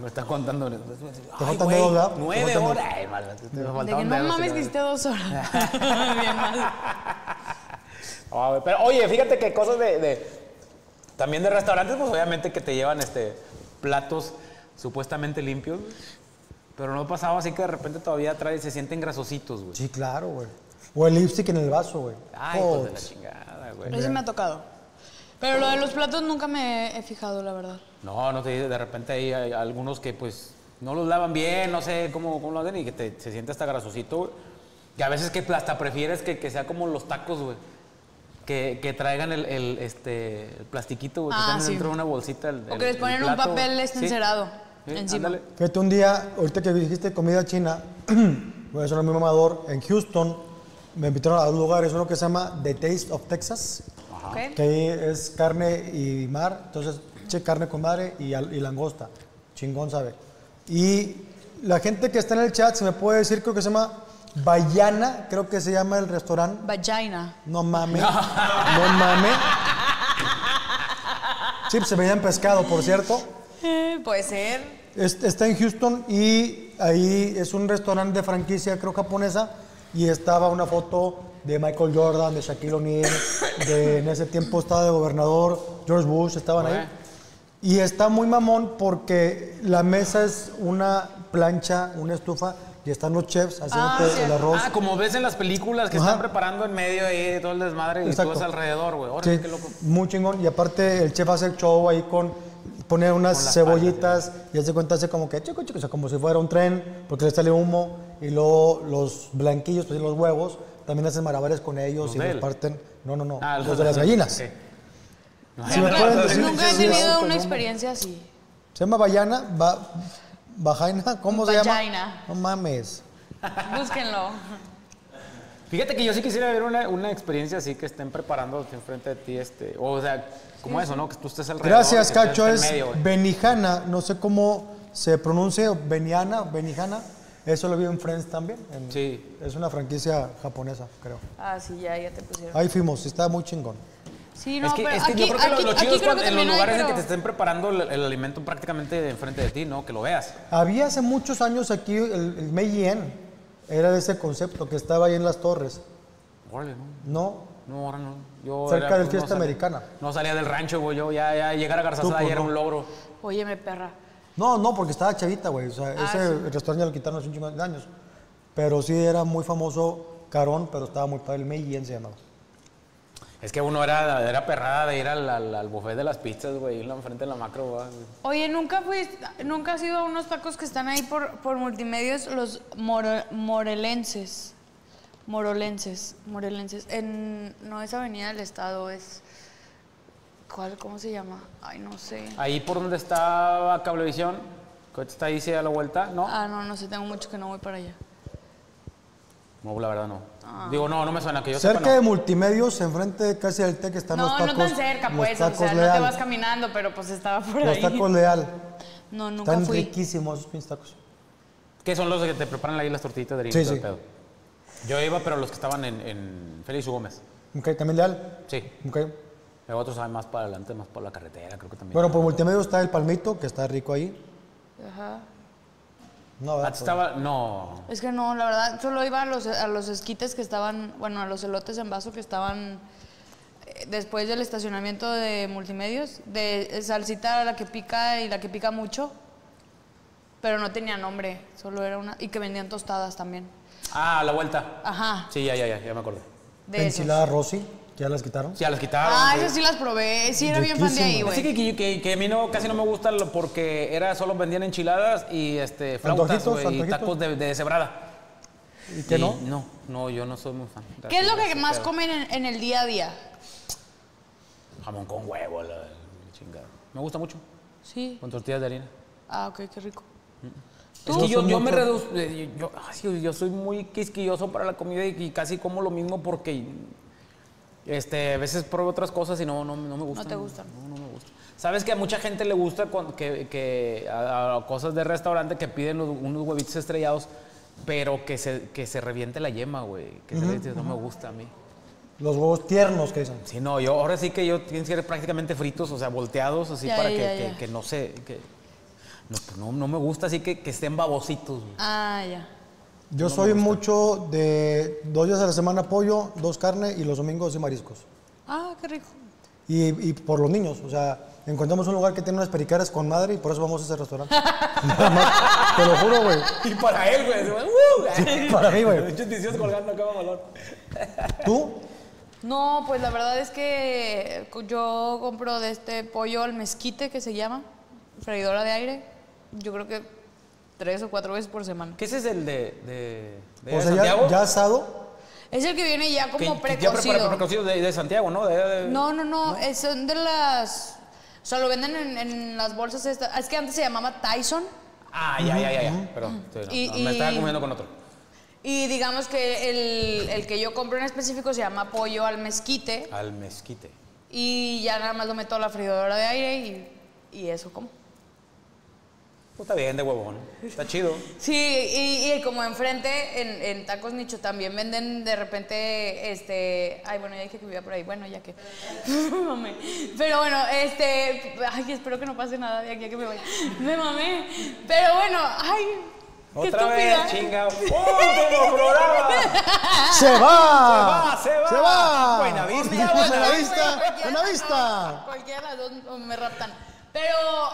Speaker 5: Me están contando. Te
Speaker 3: faltan dedos, ¿verdad? Te
Speaker 5: Nueve
Speaker 3: faltan
Speaker 5: horas. Ay, mal, te faltaban
Speaker 4: De que no
Speaker 5: dedos,
Speaker 4: mames
Speaker 5: sí,
Speaker 4: que hiciste
Speaker 5: la-
Speaker 4: dos horas. Bien mal. este-
Speaker 5: Ah, güey, pero, oye, fíjate que cosas de, de- También de restaurantes, pues obviamente que te llevan este platos supuestamente limpios. güey. Pero no pasaba así que de repente todavía trae se sienten grasositos, güey.
Speaker 3: Sí, claro, güey. O el lipstick en el vaso, güey.
Speaker 5: Ay,
Speaker 3: Oh,
Speaker 5: pues de la chingada, güey.
Speaker 4: Eso me ha tocado. Pero lo de los platos nunca me he fijado, la verdad.
Speaker 5: No, no te digo, de repente hay, hay algunos que pues no los lavan bien, no sé cómo, cómo lo hacen y que te- se siente hasta grasosito, güey. Y a veces que hasta prefieres que, que sea como los tacos, güey. Que, que traigan el, el, este, el plastiquito, güey, que
Speaker 4: Ah,
Speaker 5: tengan
Speaker 4: sí.
Speaker 5: dentro de una bolsita. El,
Speaker 4: O
Speaker 5: el-
Speaker 4: que les
Speaker 5: el
Speaker 4: ponen un
Speaker 5: plato,
Speaker 4: papel
Speaker 5: güey.
Speaker 4: este
Speaker 5: Sí.
Speaker 4: encerado
Speaker 5: Sí,
Speaker 4: encima.
Speaker 5: ándale.
Speaker 3: Fíjate un día, ahorita que dijiste comida china, voy a sonar muy mamador, en Houston me invitaron a dos lugares, uno que se llama The Taste of Texas,
Speaker 4: ¿Ok?
Speaker 3: que ahí es carne y mar, entonces che carne con madre y, al- y langosta, chingón sabe. Y la gente que está en el chat se me puede decir, creo que se llama Bayana, creo que se llama el restaurante.
Speaker 4: Vagina.
Speaker 3: No mames, no mames. Chips se veían pescado, por cierto.
Speaker 4: Eh, Puede ser.
Speaker 3: Es- está en Houston y ahí es un restaurante de franquicia, creo japonesa, y estaba una foto de Michael Jordan, de Shaquille O'Neal, de en ese tiempo estaba de gobernador, George Bush, estaban ahí. Y está muy mamón porque la mesa es una plancha, una estufa, y están los chefs haciéndote el arroz.
Speaker 5: Ah, como ves en las películas que
Speaker 3: Ajá.
Speaker 5: están preparando en medio ahí de todo el desmadre y
Speaker 3: Exacto.
Speaker 5: tú vas alrededor, güey.
Speaker 3: Sí,
Speaker 5: Órale, qué loco.
Speaker 3: muy chingón. Y aparte, el chef hace el show ahí con. Pone unas
Speaker 5: Con las
Speaker 3: cebollitas y hace cuenta, hace como que chico, chico, o sea, como si fuera un tren, porque le sale humo. Y luego los blanquillos, pues y los huevos, también hacen malabares con ellos
Speaker 5: ¿Los
Speaker 3: y
Speaker 5: de
Speaker 3: los
Speaker 5: él?
Speaker 3: parten. No, no, no.
Speaker 5: Ah,
Speaker 3: los de las gallinas.
Speaker 5: Sí. Ah,
Speaker 3: Si me pueden decir-
Speaker 4: Nunca he
Speaker 3: sí, sí,
Speaker 4: tenido
Speaker 3: sí.
Speaker 4: una experiencia así.
Speaker 3: Se llama Bayana, ba, Bajaina, ¿cómo se llama?
Speaker 4: Bajaina.
Speaker 3: No mames.
Speaker 4: Búsquenlo.
Speaker 5: Fíjate que yo sí quisiera ver una, una experiencia así que estén preparando enfrente de ti, este, o sea, como eso, ¿no? Que tú estés alrededor.
Speaker 3: Gracias,
Speaker 5: y que estés
Speaker 3: Cacho.
Speaker 5: en
Speaker 3: Es
Speaker 5: medio, güey.
Speaker 3: Benijana, no sé cómo se pronuncia, Beniana, Benijana. Eso lo vi en Friends también. en-
Speaker 5: Sí.
Speaker 3: Es una franquicia japonesa, creo.
Speaker 4: Ah, sí, ya, ya te pusieron.
Speaker 3: Ahí fuimos, está muy chingón.
Speaker 4: Sí, no,
Speaker 5: Es que,
Speaker 4: pero
Speaker 5: es que
Speaker 4: aquí,
Speaker 5: yo creo que lo-
Speaker 4: aquí-
Speaker 5: lo chido
Speaker 4: aquí
Speaker 5: es
Speaker 4: creo
Speaker 5: cuando-
Speaker 4: que
Speaker 5: en los
Speaker 4: también hay,
Speaker 5: lugares en que
Speaker 4: pero-
Speaker 5: te estén preparando el, el alimento prácticamente enfrente de ti, ¿no? Que lo veas.
Speaker 3: Había hace muchos años aquí el, el Meijien, era de ese concepto que estaba ahí en las torres,
Speaker 5: Órale, ¿no?
Speaker 3: ¿no?
Speaker 5: No, ahora no. Yo
Speaker 3: Cerca
Speaker 5: era-
Speaker 3: del Fiesta
Speaker 5: salía-
Speaker 3: Americana.
Speaker 5: No salía del rancho, güey. Yo ya, ya llegar a Garzazada
Speaker 3: Tú, pues,
Speaker 5: ya era
Speaker 3: no.
Speaker 5: un logro.
Speaker 4: Óyeme, perra.
Speaker 3: No, no, porque estaba chavita, güey. O
Speaker 4: Ah,
Speaker 3: sea, ese restaurante ya lo quitaron hace un chingo de años. Pero sí era muy famoso Carón, pero estaba muy padre. El Meijien se llamaba.
Speaker 5: Es que uno era, era perrada de ir al, al, al buffet de las pizzas, güey, irla enfrente de la macro, güey.
Speaker 4: Oye, ¿nunca fuiste, nunca has ido a unos tacos que están ahí por, por multimedios? Los moro- morelenses. Morolenses. Morelenses. En, no es Avenida del Estado, es... ¿Cuál? ¿Cómo se llama? Ay, no sé.
Speaker 5: Ahí por donde estaba Cablevisión, que ahorita está ahí, sí, a la vuelta, ¿no?
Speaker 4: Ah, no, no sé, tengo mucho que no voy para allá.
Speaker 5: No, la verdad no.
Speaker 4: Ah.
Speaker 5: Digo, no, no me suena que yo
Speaker 3: Cerca
Speaker 5: sepa,
Speaker 3: de
Speaker 5: no.
Speaker 3: Multimedios, enfrente casi del TEC, están los
Speaker 4: No,
Speaker 3: tacos.
Speaker 4: no tan cerca,
Speaker 3: los
Speaker 4: pues. O
Speaker 3: tacos
Speaker 4: sea, no
Speaker 3: Leal.
Speaker 4: te vas caminando, pero pues estaba por
Speaker 3: Los
Speaker 4: ahí.
Speaker 3: tacos Leal.
Speaker 4: No, nunca
Speaker 3: Están
Speaker 4: fui.
Speaker 3: riquísimos esos pinches tacos.
Speaker 5: Que son los que te preparan ahí las tortillitas de harina
Speaker 3: Sí,
Speaker 5: y todo
Speaker 3: sí.
Speaker 5: el pedo. Yo iba, pero los que estaban en, en Félix U. Gómez.
Speaker 3: Ok, también Leal.
Speaker 5: Sí.
Speaker 3: Ok.
Speaker 5: Pero otros saben más para adelante, más para la carretera, creo que también.
Speaker 3: Bueno, por multimedia está el palmito, que está rico ahí.
Speaker 4: Ajá. Ah,
Speaker 3: No, ¿verdad?
Speaker 5: Antes Ah, estaba. No.
Speaker 4: Es que no, la verdad, solo iba a los, a los esquites que estaban, bueno, a los elotes en vaso que estaban eh, después del estacionamiento de multimedios, de eh, salsita la que pica y la que pica mucho, pero no tenía nombre, solo era una, y que vendían tostadas también.
Speaker 5: Ah, a la vuelta.
Speaker 4: Ajá,
Speaker 5: Sí, ya, ya, ya, ya me acordé.
Speaker 4: de eso.
Speaker 3: Enchilada Rossi, que ya las quitaron.
Speaker 5: Sí, ya las quitaron.
Speaker 4: Ah,
Speaker 5: sí.
Speaker 4: esas sí las probé, sí era bien fan de ahí,
Speaker 3: Riquísimas.
Speaker 5: Así
Speaker 4: güey.
Speaker 5: que, que, que- que a mí no, casi no me gusta lo- porque era solo vendían enchiladas y este, flautas
Speaker 3: Antojitos,
Speaker 5: güey, y
Speaker 3: antojitos.
Speaker 5: tacos de, de cebrada.
Speaker 3: ¿Y qué no?
Speaker 5: No, no, yo no soy muy fan.
Speaker 4: ¿Qué es lo
Speaker 5: Así
Speaker 4: que más
Speaker 5: pedo.
Speaker 4: comen en, en el día a día?
Speaker 5: Jamón con huevo, la, la chingada. Me gusta mucho,
Speaker 4: Sí.
Speaker 5: con tortillas de harina.
Speaker 4: Ah, ok, qué rico.
Speaker 5: Es que yo,
Speaker 3: son
Speaker 5: yo me
Speaker 3: mucho-
Speaker 5: reduzco, eh, yo, ah, sí, yo soy muy quisquilloso para la comida y, y casi como lo mismo porque este, a veces pruebo otras cosas y no, no, no me gustan.
Speaker 4: te gustan.
Speaker 5: No, no me gusta. Sabes que a mucha gente le gusta cuan- que, que a, a cosas de restaurante que piden los- unos huevitos estrellados, pero que se, que se reviente la yema, güey. Que se reviente, no me gusta a mí.
Speaker 3: Los huevos tiernos que dicen.
Speaker 5: Sí, no, yo ahora sí que yo tienen que ser prácticamente fritos, o sea, volteados, así
Speaker 4: Ya,
Speaker 5: para
Speaker 4: ya,
Speaker 5: que,
Speaker 4: ya,
Speaker 5: que-
Speaker 4: ya.
Speaker 5: que no se. Que, no, pues no, no me gusta así que, que estén babositos. güey.
Speaker 4: Ah, ya.
Speaker 3: Yo soy mucho de dos días a la semana pollo, dos carne y los domingos y mariscos.
Speaker 4: Ah, qué rico.
Speaker 3: Y, y por los niños, o sea, encontramos un lugar que tiene unas pericaras con madre y por eso vamos a ese restaurante. Nada más, te lo juro, güey.
Speaker 5: Y para él, güey. así, ¡uh!
Speaker 3: para mí, güey.
Speaker 5: Muchos deseos colgando acá, valor.
Speaker 3: ¿Tú?
Speaker 4: No, pues la verdad es que yo compro de este pollo al mezquite que se llama, freidora de aire, yo creo que tres o cuatro veces por semana.
Speaker 5: ¿Qué ese es el de, de, de
Speaker 3: O sea,
Speaker 5: Santiago?
Speaker 3: ya, Pues ya asado.
Speaker 4: Es el que viene ya
Speaker 5: Que-
Speaker 4: como
Speaker 5: que ya preparado
Speaker 4: precocido.
Speaker 5: precocido de, de Santiago, ¿no? De- de-
Speaker 4: No, no, no, es- son de las... O sea, lo venden en, en las bolsas estas. Es que antes se llamaba Tyson
Speaker 5: Ah, ya, ya, ya, ya. Perdón, sí, no,
Speaker 4: Y-
Speaker 5: no, me
Speaker 4: y-
Speaker 5: estaba comiendo con otro.
Speaker 4: y digamos que el, el que yo compro en específico se llama pollo al mezquite
Speaker 5: Al mezquite.
Speaker 4: y ya nada más lo meto a la freidora de aire y, y eso como.
Speaker 5: Pues está bien, de huevón. Está chido.
Speaker 4: Sí, y, y como enfrente, en, en Tacos Nicho también venden de repente, este, ay, bueno, ya dije que vivía por ahí, bueno, ya que, mamé. Pero bueno, este, ay, espero que no pase nada de aquí a que me vaya. Me mamé. Pero bueno, ay, qué
Speaker 5: Otra vez,
Speaker 4: estúpida.
Speaker 5: chinga. ¡Último programa!
Speaker 3: ¡Se va!
Speaker 5: va, se va.
Speaker 3: ¡Se va!
Speaker 5: Buenavista,
Speaker 3: Nos puso
Speaker 4: Buena
Speaker 3: Buenavista, Buenavista.
Speaker 4: Cualquiera de las dos o me raptan. Pero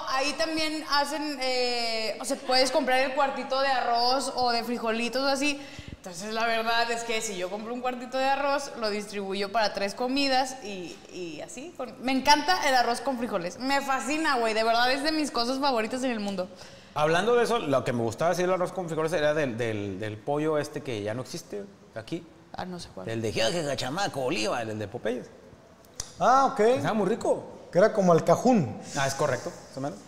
Speaker 4: ahí también hacen, eh, o sea, puedes comprar el cuartito de arroz o de frijolitos o así. Entonces la verdad es que si yo compro un cuartito de arroz, lo distribuyo para tres comidas y, y así. con- Me encanta el arroz con frijoles. Me fascina, güey. De verdad es de mis cosas favoritas en el mundo.
Speaker 5: Hablando de eso, lo que me gustaba decir del arroz con frijoles era del, del- del pollo este que ya no existe aquí.
Speaker 4: Ah, no sé cuál.
Speaker 5: El de Jorge Gachamaco, Oliva, el de Popeyes.
Speaker 3: Ah, ok.
Speaker 5: Estaba muy rico.
Speaker 3: Que era como el cajún.
Speaker 5: Ah, es correcto, más o menos.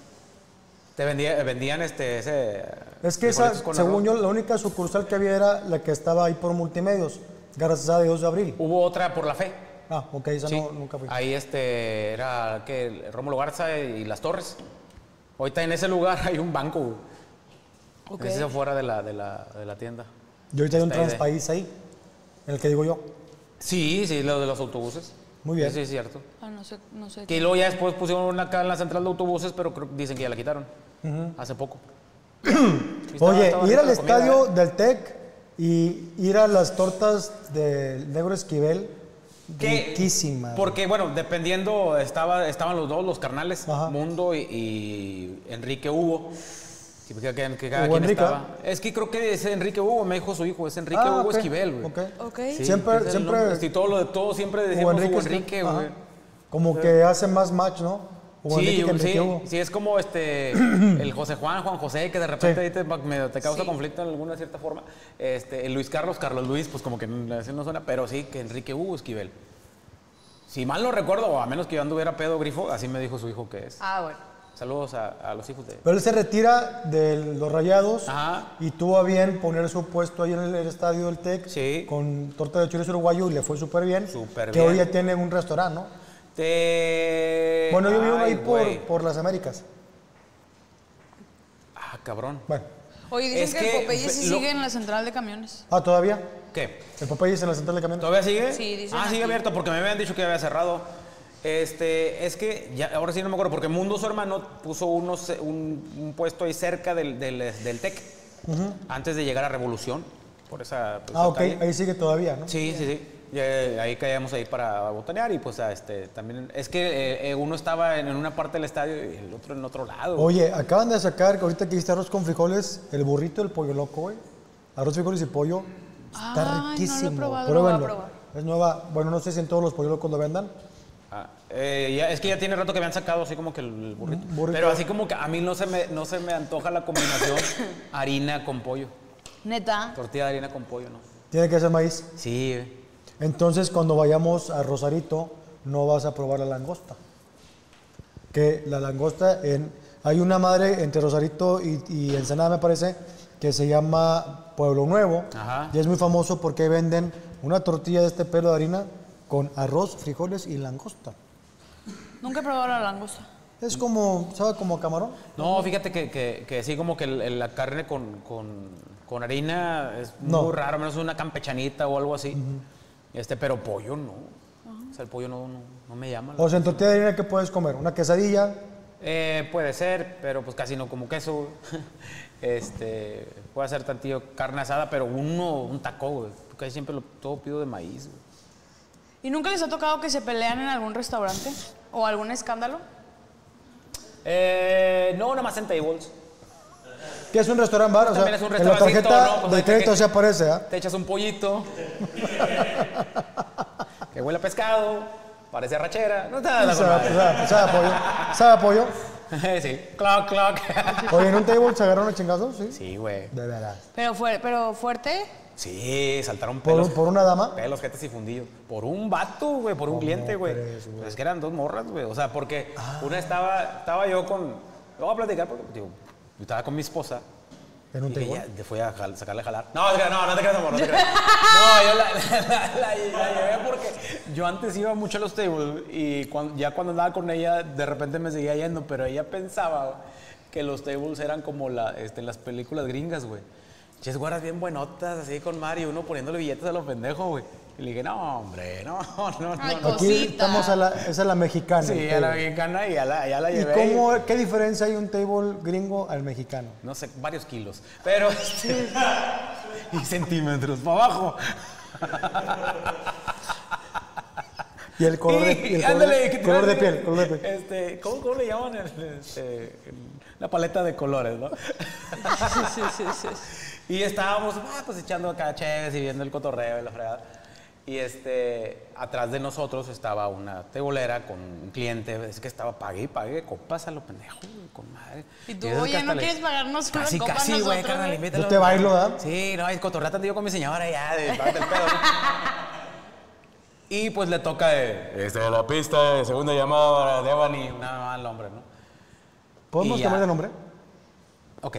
Speaker 5: Te vendía- vendían este, ese...
Speaker 3: Es que esa,
Speaker 5: frijolitos con
Speaker 3: según yo,
Speaker 5: arroz.
Speaker 3: la única sucursal que había era la que estaba ahí por multimedios. Gracias a Dios de abril.
Speaker 5: Hubo otra por la fe.
Speaker 3: Ah, ok, esa
Speaker 5: Uh. Sí.
Speaker 3: no, nunca fui.
Speaker 5: Ahí este era que Rómulo Garza y las Torres. Ahorita en ese lugar hay un banco. güey.
Speaker 4: Ok.
Speaker 5: Ese es afuera de la, de la, de la tienda.
Speaker 3: Yo ahorita hay un
Speaker 5: Está ahí de-
Speaker 3: transpaís ahí, en el que digo yo.
Speaker 5: Sí, sí, lo de los autobuses.
Speaker 3: Muy bien.
Speaker 5: Sí, es cierto.
Speaker 4: Ah, no sé, no sé.
Speaker 5: Que luego ya después pusieron una acá en la central de autobuses, pero creo- dicen que ya la quitaron. Hace poco. Y estaba-
Speaker 3: Oye,
Speaker 5: estaba
Speaker 3: ir
Speaker 5: rica
Speaker 3: al
Speaker 5: la comida,
Speaker 3: estadio
Speaker 5: ¿eh?
Speaker 3: del TEC y ir a las tortas del Negro Esquivel,
Speaker 5: Que-
Speaker 3: riquísimas.
Speaker 5: Porque, bueno, dependiendo, estaba, estaban los dos, los carnales,
Speaker 3: Ajá.
Speaker 5: Mundo y, y Enrique Hugo. Que, que- que- que cada
Speaker 3: Hugo
Speaker 5: quien
Speaker 3: Enrique,
Speaker 5: estaba. Es que creo que es Enrique Hugo, me dijo su hijo, es Enrique
Speaker 3: Ah,
Speaker 5: Hugo
Speaker 3: ok,
Speaker 5: Esquivel, güey.
Speaker 3: ok.
Speaker 4: Ok.
Speaker 5: Sí,
Speaker 3: Siempre-
Speaker 5: es el
Speaker 3: siempre-
Speaker 5: nombre. Sí, todo lo de todo siempre
Speaker 3: Hugo
Speaker 5: decimos Hugo
Speaker 3: está-
Speaker 5: Enrique,
Speaker 3: ajá.
Speaker 5: güey.
Speaker 3: Como que hace más match, ¿no? Hugo
Speaker 5: Sí,
Speaker 3: Enrique que Enrique
Speaker 5: sí,
Speaker 3: Hugo.
Speaker 5: sí, es como este el José Juan, Juan José, que de
Speaker 3: Sí.
Speaker 5: repente ahí te, medio te causa conflicto en alguna cierta forma. Este, el Luis Carlos, Carlos Luis, pues como que no, así no suena, pero sí que Enrique Hugo Esquivel. Si mal no recuerdo, o a menos que yo anduviera pedo grifo, así me dijo su hijo que es.
Speaker 4: Ah, bueno.
Speaker 5: Saludos a, a los hijos de.
Speaker 3: Pero él se retira de los rayados
Speaker 5: Ajá.
Speaker 3: y tuvo a bien poner su puesto ahí en el estadio del TEC
Speaker 5: Sí.
Speaker 3: con torta de chorizo uruguayo y le fue súper bien.
Speaker 5: Súper
Speaker 3: que
Speaker 5: bien.
Speaker 3: hoy ya tiene un restaurante, ¿no?
Speaker 5: Te-
Speaker 3: bueno, yo vivo
Speaker 5: Eh, Ay,
Speaker 3: ahí por,
Speaker 5: güey.
Speaker 3: por las Américas.
Speaker 5: Ah, cabrón.
Speaker 3: Bueno,
Speaker 4: Oye, dicen
Speaker 5: Es
Speaker 4: que,
Speaker 5: que pues,
Speaker 4: el Popeye sí
Speaker 5: lo-
Speaker 4: sigue en la central de camiones.
Speaker 3: ah, todavía.
Speaker 5: ¿Qué?
Speaker 3: El papá dice en la central de camiones.
Speaker 5: ¿Todavía sigue?
Speaker 4: Sí, dicen
Speaker 5: Ah, sigue
Speaker 4: aquí.
Speaker 5: abierto porque me habían dicho que había cerrado. Este, es que ya, ahora sí no me acuerdo, porque Mundo, su hermano, puso unos, un, un puesto ahí cerca del, del, del TEC, antes de llegar a Revolución, por esa. por
Speaker 3: Ah,
Speaker 5: esa
Speaker 3: ok,
Speaker 5: calle.
Speaker 3: ahí sigue todavía, ¿no?
Speaker 5: Sí, sí, sí. Y, eh, ahí caíamos ahí para botanear y pues ah, este, también. Es que eh, eh, uno estaba en, en una parte del estadio y el otro en otro lado.
Speaker 3: Oye, acaban de sacar, que ahorita que hiciste arroz con frijoles, el burrito del pollo loco, güey. Arroz, frijoles y pollo.
Speaker 4: Ay, no
Speaker 3: Está
Speaker 4: lo he
Speaker 3: riquísimo.
Speaker 4: probado, lo voy a
Speaker 3: Pruébenlo.
Speaker 4: probar.
Speaker 3: Es nueva. Bueno, no sé si en todos los pollo locos lo vendan.
Speaker 5: Ah, eh, ya- es que ya tiene rato que habían sacado así como que el burrito.
Speaker 3: Mm, burrito.
Speaker 5: Pero así como que a mí no se me, no se me antoja la combinación harina con pollo.
Speaker 4: Neta.
Speaker 5: Tortilla de harina con pollo, ¿no?
Speaker 3: Tiene que ser maíz.
Speaker 5: Sí. eh.
Speaker 3: Entonces, cuando vayamos a Rosarito, no vas a probar la langosta. Que la langosta, en, hay una madre entre Rosarito y, y Ensenada, me parece, que se llama Pueblo Nuevo.
Speaker 5: Ajá.
Speaker 3: Y es muy famoso porque venden una tortilla de este pelo de harina con arroz, frijoles y langosta.
Speaker 4: Nunca he probado la langosta.
Speaker 3: Es como, ¿sabe? Como a camarón.
Speaker 5: No, fíjate que, que, que sí, como que el- el- la carne con, con, con harina es
Speaker 3: No.
Speaker 5: muy raro, menos una campechanita o algo así. Este, pero pollo no. O sea, el pollo no, no, no me llama. la-
Speaker 3: O sea, en tortilla de harina, ¿qué puedes comer? Una quesadilla,
Speaker 5: Eh, puede ser, pero pues casi no como queso. güey. este, puede ser tantillo carne asada, pero uno, un taco, güey. Casi siempre lo, todo pido de maíz, güey.
Speaker 4: ¿Y nunca les ha tocado que se pelean en algún restaurante? ¿O algún escándalo?
Speaker 5: Eh, no, nada más en tables.
Speaker 3: que es un restaurante bar. O sea,
Speaker 5: También es un
Speaker 3: en la
Speaker 5: restaurancito,
Speaker 3: tarjeta
Speaker 5: ¿no? Pues
Speaker 3: de
Speaker 5: hay que-
Speaker 3: crédito se aparece, ¿ah?
Speaker 5: Te echas un pollito. que huele a pescado. Parece arrachera. No está Ah, la
Speaker 3: Sabe,
Speaker 5: forma.
Speaker 3: sabe, sabe a pollo. Sabe a pollo.
Speaker 5: sí. Clock, clock.
Speaker 3: Oye, ¿en un table se agarraron a chingazos? Sí.
Speaker 5: sí, güey.
Speaker 3: De veras.
Speaker 4: Pero, fue, pero fuerte.
Speaker 5: Sí, saltaron
Speaker 3: ¿Por,
Speaker 5: pelos.
Speaker 3: por una dama?
Speaker 5: Pelos, jetas y fundillos. Por un vato, güey, por un cliente, güey.
Speaker 3: crees, güey? Ah.
Speaker 5: Pues Es que eran dos morras, güey. O sea, porque una estaba, estaba yo con. Lo voy a platicar porque, digo, yo estaba con mi esposa.
Speaker 3: ¿En un
Speaker 5: Y ella
Speaker 3: table?
Speaker 5: te fue a jal- sacarle a jalar. No, no, te creas, no, no te creas, amor, no te creas. No, yo la, la- la- la llevé porque yo antes iba mucho a los tables y cuan- ya cuando andaba con ella, de repente me seguía yendo, pero ella pensaba que los tables eran como la, este, las películas gringas, güey. Ches guaras bien buenotas, así con Mario, uno poniéndole billetes a los pendejos, güey. Y le dije, no, hombre, no, no, no.
Speaker 4: Ay,
Speaker 5: no".
Speaker 4: cosita.
Speaker 3: Aquí estamos a la, esa es la mexicana.
Speaker 5: Sí,
Speaker 3: el
Speaker 5: a la
Speaker 3: table.
Speaker 5: mexicana y ya la, ya la
Speaker 3: ¿Y
Speaker 5: llevé.
Speaker 3: cómo, qué diferencia hay un table gringo al mexicano?
Speaker 5: No sé, varios kilos. Pero. este, y centímetros para abajo.
Speaker 3: Y el color de,
Speaker 5: Y
Speaker 3: y el color de-
Speaker 5: ándale, ¿qué te
Speaker 3: color
Speaker 5: iba
Speaker 3: de
Speaker 5: a decir?
Speaker 3: piel, color de piel.
Speaker 5: Este, ¿cómo, cómo le llaman? El, este, el- la paleta de colores, ¿no? Y estábamos, ah, pues echando acá chéves y viendo el cotorreo y la fregada. Y este, atrás de nosotros estaba una tebolera con un cliente. Es que estaba pague y pague copas a lo pendejo, güey, con madre.
Speaker 4: Y tú,
Speaker 5: esas
Speaker 4: oye,
Speaker 5: que hasta
Speaker 4: ¿no quieres pagarnos una
Speaker 5: Casi,
Speaker 4: copa a
Speaker 5: casi, güey,
Speaker 4: nosotros,
Speaker 5: carnal,
Speaker 4: güey?
Speaker 5: invítalo.
Speaker 3: Yo te bailo, ¿ah?
Speaker 5: Sí, no, es cotorrea tanto yo con mi señora ya, de párate el pedo. ¿no? Y pues le toca de, este, la pista de segunda llamada de Devani, nada más al hombre, ¿no?
Speaker 3: ¿Podemos
Speaker 5: Y ya.
Speaker 3: cambiar de nombre?
Speaker 5: Ok.